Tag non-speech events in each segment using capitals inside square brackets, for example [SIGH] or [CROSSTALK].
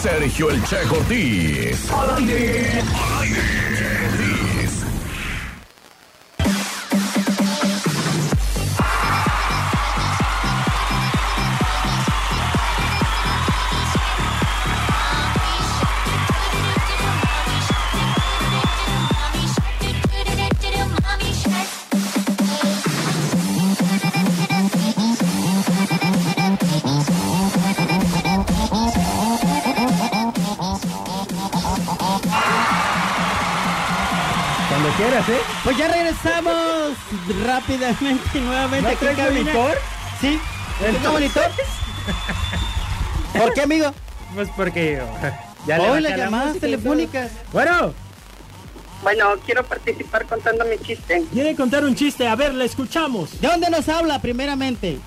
Sergio El Che Cortés. Al aire. Al aire. Cortés. Cuando quieras, [LAUGHS] ¿eh? Pues ya regresamos rápidamente nuevamente ¿No aquí en traes cabina. monitor? Sí, ¿no tengo monitor? ¿Por qué, amigo? Pues porque ya le Hoy bajé las a la llamadas música y todo. telefónicas. Bueno, Bueno, quiero participar contando mi chiste Quiere contar un chiste, a ver, le escuchamos. ¿De dónde nos habla primeramente?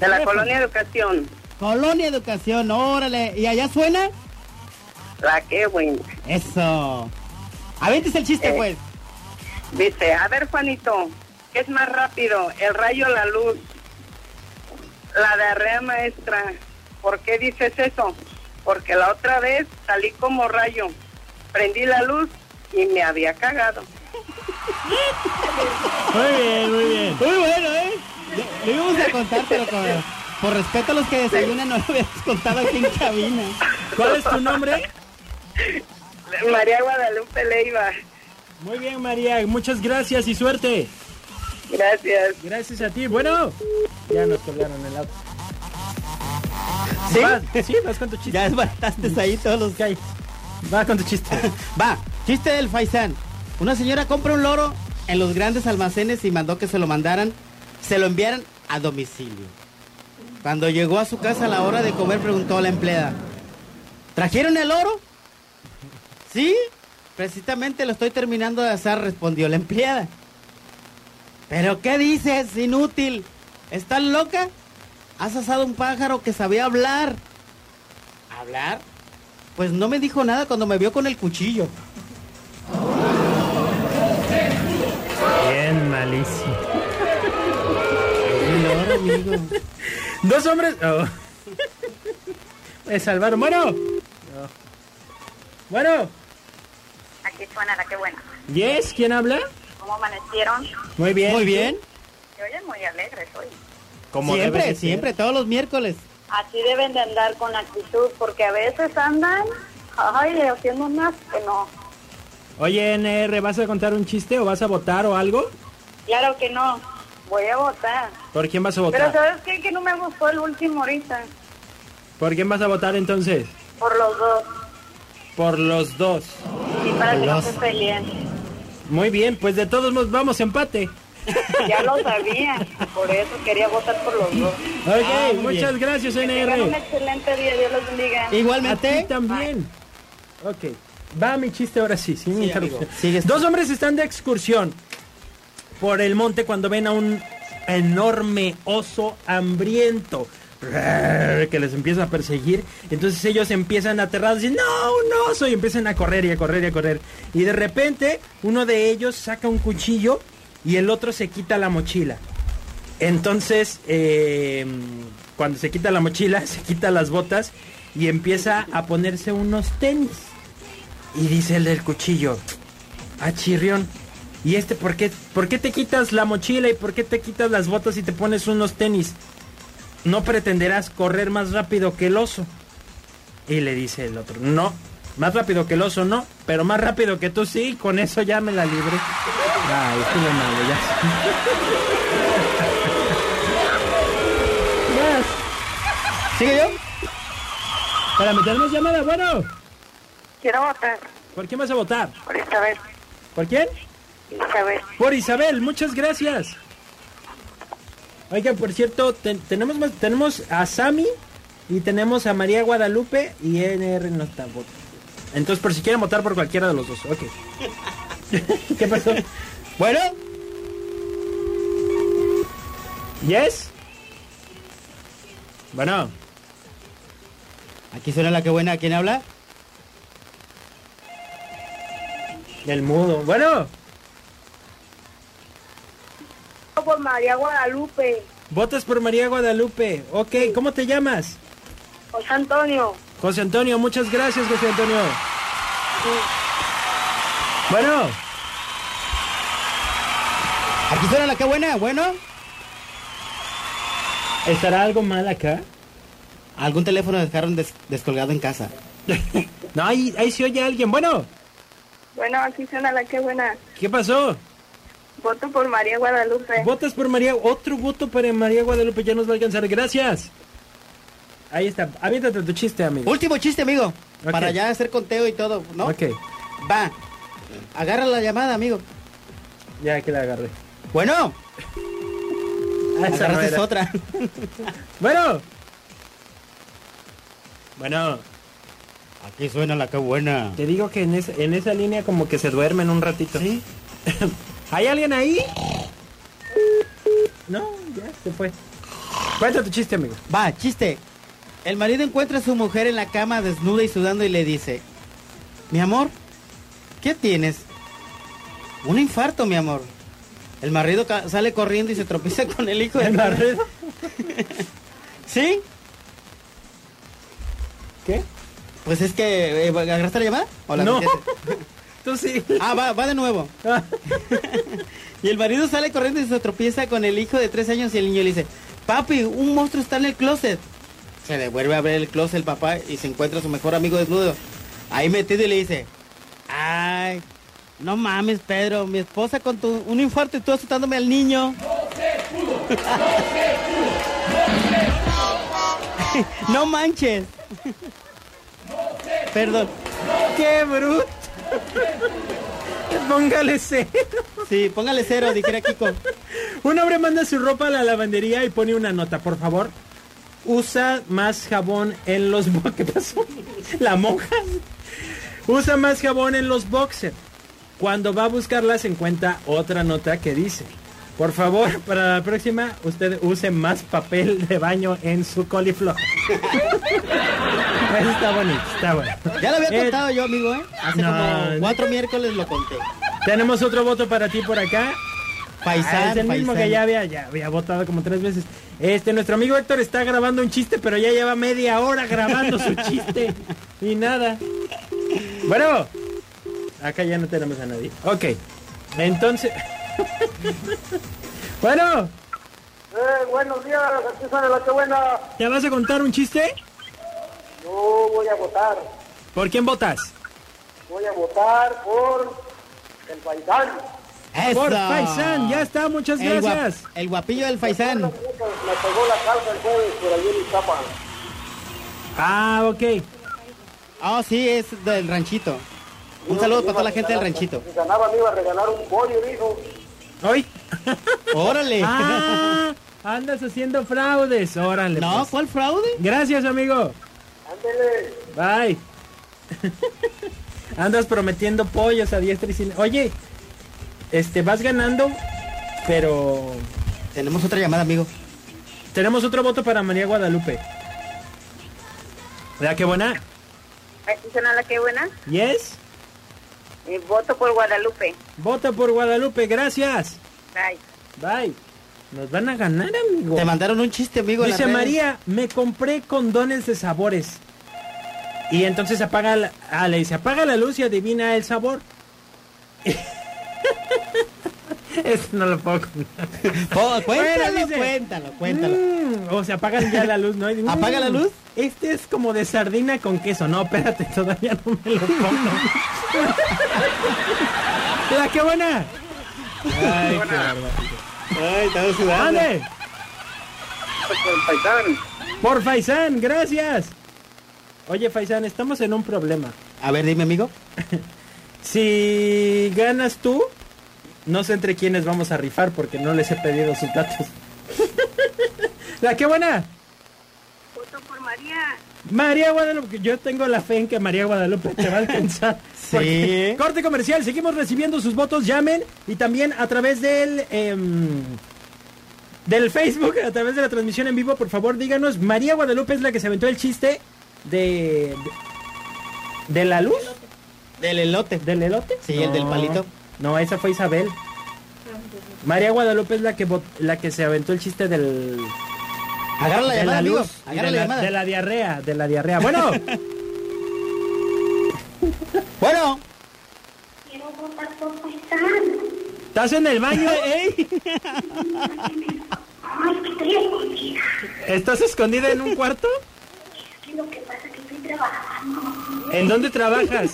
de la Teléfono. colonia Educación. Colonia Educación, órale. ¿Y allá suena? La que Ah, bueno. Eso. Avientes el chiste, Eh. pues. Dice, a ver Juanito, ¿qué es más rápido, el rayo o la luz? La diarrea maestra. ¿Por qué dices eso? Porque la otra vez salí como rayo, prendí la luz y me había cagado. Muy bien, muy bien. Muy bueno, ¿eh? Le- Lo íbamos a contar, pero con- por respeto a los que desayunan, no lo habíamos contado aquí en cabina. ¿Cuál es tu nombre? María Guadalupe Leiva, Muy bien, María, muchas gracias y suerte. gracias. Gracias a ti. Bueno, ya nos colgaron el auto. ¿Sí? Vas, sí, vas con tu chiste. Ya desbarataste ahí todos los... Ok. Vas con tu chiste. [LAUGHS] Va, chiste del Faisán. Una señora compra un loro en los grandes almacenes y mandó que se lo mandaran, se lo enviaran a domicilio. Cuando llegó a su casa a la hora de comer, preguntó a la empleada, ¿trajeron el loro? Sí, precisamente lo estoy terminando de asar, respondió la empleada. ¿Pero qué dices, inútil? ¿Estás loca? Has asado un pájaro que sabía hablar. ¿Hablar? Pues no me dijo nada cuando me vio con el cuchillo. Bien, malísimo. El loro, amigo. Dos hombres. Oh. Me salvaron. Bueno. No. Bueno. Aquí suena la que buena. Yes, ¿quién habla? ¿Cómo amanecieron? Muy [LAUGHS] bien. Muy bien. Se oyen muy alegres hoy. Como debe de siempre, ser. siempre, todos los miércoles. Así deben de andar con actitud, porque a veces andan, ay, haciendo unas que no. Oye, NR, ¿vas a contar un chiste o vas a votar o algo? Claro que no. Voy a votar. ¿Por quién vas a Pero votar? ¿sabes qué? Que no me gustó el último ahorita. ¿Por quién vas a votar entonces? Por los dos. Por los dos. Y para que no se peleen. Muy bien, pues de todos modos vamos empate. Ya lo sabía. Por eso quería votar por los dos. Ok, Ah, muy muchas gracias, Que tengan un NR. excelente día. Dios los bendiga. A ti Igualmente. también. Ok, va mi chiste ahora sí, sin Sí, interrupción. amigo, sigues tú. Dos hombres están de excursión por el monte cuando ven a un enorme oso hambriento rar, que les empieza a perseguir. Entonces ellos empiezan aterrados y no, un oso y empiezan a correr y a correr y a correr. Y de repente uno de ellos saca un cuchillo y el otro se quita la mochila. Entonces, eh, cuando se quita la mochila, [LAUGHS] se quita las botas y empieza a ponerse unos tenis. Y dice el del cuchillo, ah, chirrión, ¿y este por qué, por qué te quitas la mochila y por qué te quitas las botas y te pones unos tenis? No pretenderás correr más rápido que el oso. Y le dice el otro, no, más rápido que el oso no, pero más rápido que tú sí, con eso ya me la libré. Ay, estuvo malo, ya. ¿Sigue yo? Para meternos llamada, bueno. Quiero votar ¿Por quién vas a votar? por esta vez. ¿Por quién? Esta vez. Por Isabel, muchas gracias. Oigan, por cierto, ten- tenemos más- tenemos a Sami y tenemos a María Guadalupe y NR no está votando. Entonces, por si quieren votar por cualquiera de los dos, ok. ¿Qué pasó? Bueno, ¿Yes? Bueno, aquí suena la que buena. ¿Quién habla? el mudo. Bueno, Por María Guadalupe. votas por María Guadalupe. Ok, ¿cómo te llamas? José Antonio. José Antonio, muchas gracias, José Antonio. Bueno, Aquí suena la que buena, bueno. ¿estará algo mal acá? Algún teléfono dejaron des- descolgado en casa. No, ahí, ahí se oye alguien. Bueno, Bueno, aquí suena la que buena. ¿qué pasó? Voto por María Guadalupe. Votas por María, otro voto para María Guadalupe, ya nos va a alcanzar, gracias. Ahí está, aviéntate tu chiste, amigo. Último chiste, amigo. Ok. Para ya hacer conteo y todo, ¿no? Ok, Va. Agarra la llamada, amigo. ya que la agarré. Bueno, Ah, esa no agarraste era. otra. [LAUGHS] Bueno. Bueno, Aquí suena la que buena. te digo que en, esa- en esa línea como que se duermen un ratito. ¿Sí? [LAUGHS] ¿Hay alguien ahí? No, ya se fue. Cuenta tu chiste, amigo. Va, chiste. El marido encuentra a su mujer en la cama desnuda y sudando y le dice, mi amor, ¿qué tienes? Un infarto, mi amor. El marido ca- sale corriendo y se tropieza [LAUGHS] con el hijo de ¿El barrido? ¿Sí? ¿Qué? Pues es que... eh, ¿Agarraste la llamada? ¿O la no. metiste? Tú sí. Ah, va, va de nuevo. Ah, Y el marido sale corriendo y se tropieza con el hijo de tres años y el niño le dice, papi, un monstruo está en el closet. Se devuelve a ver el closet el papá y se encuentra a su mejor amigo desnudo. Ahí metido y le dice, ay, no mames Pedro, mi esposa con tu, un infarto y tú asustándome al niño. [LAUGHS] No manches. Perdón. [LAUGHS] ¡Qué bruto! Póngale cero. Sí, póngale cero, dijera Kiko. Un hombre manda su ropa a la lavandería y pone una nota, por favor. Usa más jabón en los bo- [LAUGHS] ¿Qué pasó? La monja. Usa más jabón en los boxers. Cuando va a buscarlas encuentra otra nota que dice. Por favor, para la próxima, usted use más papel de baño en su coliflor. [LAUGHS] Eso está bonito, está bueno. Ya lo había Eh, contado yo, amigo, ¿eh? Hace no, como no. cuatro miércoles lo conté. Tenemos otro voto para ti por acá. Ah, Paisán, es el mismo paisán. que ya había, ya había votado como tres veces. Este, nuestro amigo Héctor está grabando un chiste, pero ya lleva media hora grabando su chiste. Y nada. Bueno, acá ya no tenemos a nadie. Ok. Entonces. [LAUGHS] bueno, Eh, buenos días, aquí sale la que buena. ¿te vas a contar un chiste? Yo voy a votar, ¿Por quién votas? voy a votar por el paisán. ¡Eso! Por Faisán, ya está, muchas El, guap- gracias. el guapillo del Faisán. Me pegó la calza el jueves por allí en Iztapa. Ah, ok. Ah, sí, es del ranchito. Un saludo para toda la gente del ranchito. Si ganaba me iba a regalar un pollo, dijo. Hoy. ¡Órale! [LAUGHS] Ah, andas haciendo fraudes. Órale. no, pues. ¿cuál fraude? Gracias, amigo. Ándele, Bye. [LAUGHS] Andas prometiendo pollos a diestra y sin... Oye, este, vas ganando, pero... Tenemos otra llamada, amigo. Tenemos otro voto para María Guadalupe. ¿Verdad qué buena? Aquí suena la que buena. Yes. Eh, voto por Guadalupe. Vota por Guadalupe, gracias. Bye. Bye. Nos van a ganar, amigo. Te mandaron un chiste, amigo. en las Dice redes. María, me compré condones de sabores. Y entonces apaga la, ah, le dice, apaga la luz y adivina el sabor. [LAUGHS] Eso no lo puedo contar. Oh, Fuera, cuéntalo, dice. cuéntalo, cuéntalo. Mm, [LAUGHS] o sea, apagan ya la luz, ¿no? Y digo, ¿Apaga mm, la luz? Este es como de sardina con queso. No, espérate, [LAUGHS] todavía no me lo pongo. [LAUGHS] ¡La qué buena! ¡Ay, qué barbaridad. Ay, estamos sudando. ¡Ande! por el paisán. Por Faisán, gracias. Oye, Faisán, estamos en un problema. A ver, dime, amigo. Si ganas tú, no sé entre quiénes vamos a rifar porque no les he pedido sus datos. ¡La qué buena! Voto por María. María Guadalupe, yo tengo la fe en que María Guadalupe te va a alcanzar. Porque- Corte comercial, seguimos recibiendo sus votos, llamen y también a través del em, del Facebook, a través de la transmisión en vivo, por favor díganos, María Guadalupe es la que se aventó el chiste de de, de la luz, Del elote. del elote. Sí, el del palito. No, esa fue Isabel. María Guadalupe es la que vot- la que se aventó el chiste del Agarra la de llamada, la amigo. luz y Agarra de la la, llamada. de la diarrea, de la diarrea. [LAUGHS] Bueno, Bueno, ¿estás en el [LAUGHS] baño, eh? Ay, Ah, que estoy escondida. ¿Estás escondida en un cuarto? Es que lo que pasa es que estoy trabajando. ¿En dónde trabajas?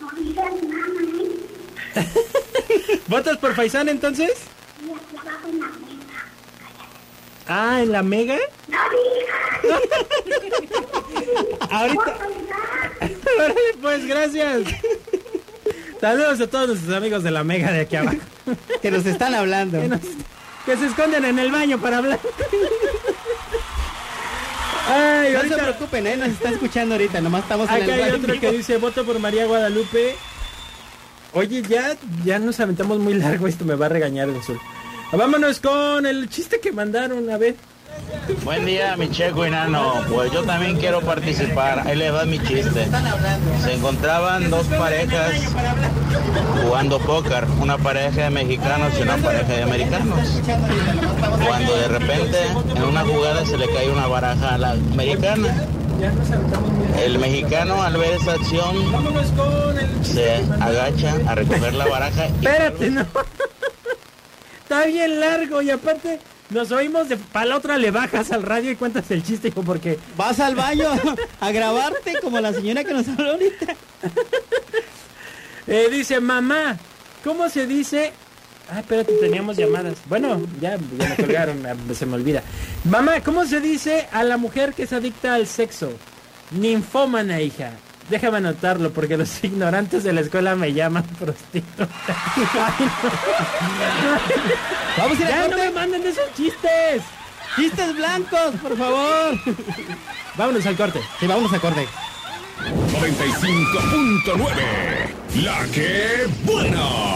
No digas nada, ¿eh? [LAUGHS] ¿Votas por Faisán entonces? Y aquí abajo en la mesa. Ah, en la mega. ¡No digas! [LAUGHS] Ahorita. [LAUGHS] Órale, pues gracias. Saludos a todos nuestros amigos de la mega de aquí abajo. que nos están hablando. [LAUGHS] Que, nos- que se esconden en el baño para hablar. Ay, No se ahorita- preocupen, ¿eh? Nos está escuchando ahorita. Nomás estamos en Acá hay el otro baño. que dice voto por María Guadalupe. Oye, ya, ya nos aventamos muy largo, esto me va a regañar el sol. Vámonos con el chiste que mandaron, a ver. Buen día, mi checo enano. Pues yo también quiero participar. Ahí les va mi chiste. Se encontraban dos parejas jugando póker. Una pareja de mexicanos y una pareja de americanos. Cuando de repente en una jugada se le cae una baraja a la americana. Ya nos aventamos muy largo. El mexicano al ver esa acción Vámonos con el se agacha a recoger la baraja. y- Espérate, no. [LAUGHS] Está bien largo y aparte nos oímos de para la otra le bajas al radio y cuentas el chiste, hijo, porque Vas al baño [LAUGHS] a grabarte como la señora que nos habló ahorita. eh, dice mamá, ¿cómo se dice? Ah, espérate, teníamos llamadas. Bueno, ya, ya me colgaron, [LAUGHS] me- se me olvida. Mamá, ¿cómo se dice a la mujer que es adicta al sexo? Ninfómana, hija. Déjame anotarlo porque los [LAUGHS] ignorantes de la escuela me llaman [LAUGHS] prostituta. Ay, Vamos a no. ir a Ya no corte. me manden esos chistes. Chistes blancos, por favor. Vámonos al corte. Sí, vámonos a corte. 95.9. La que buena.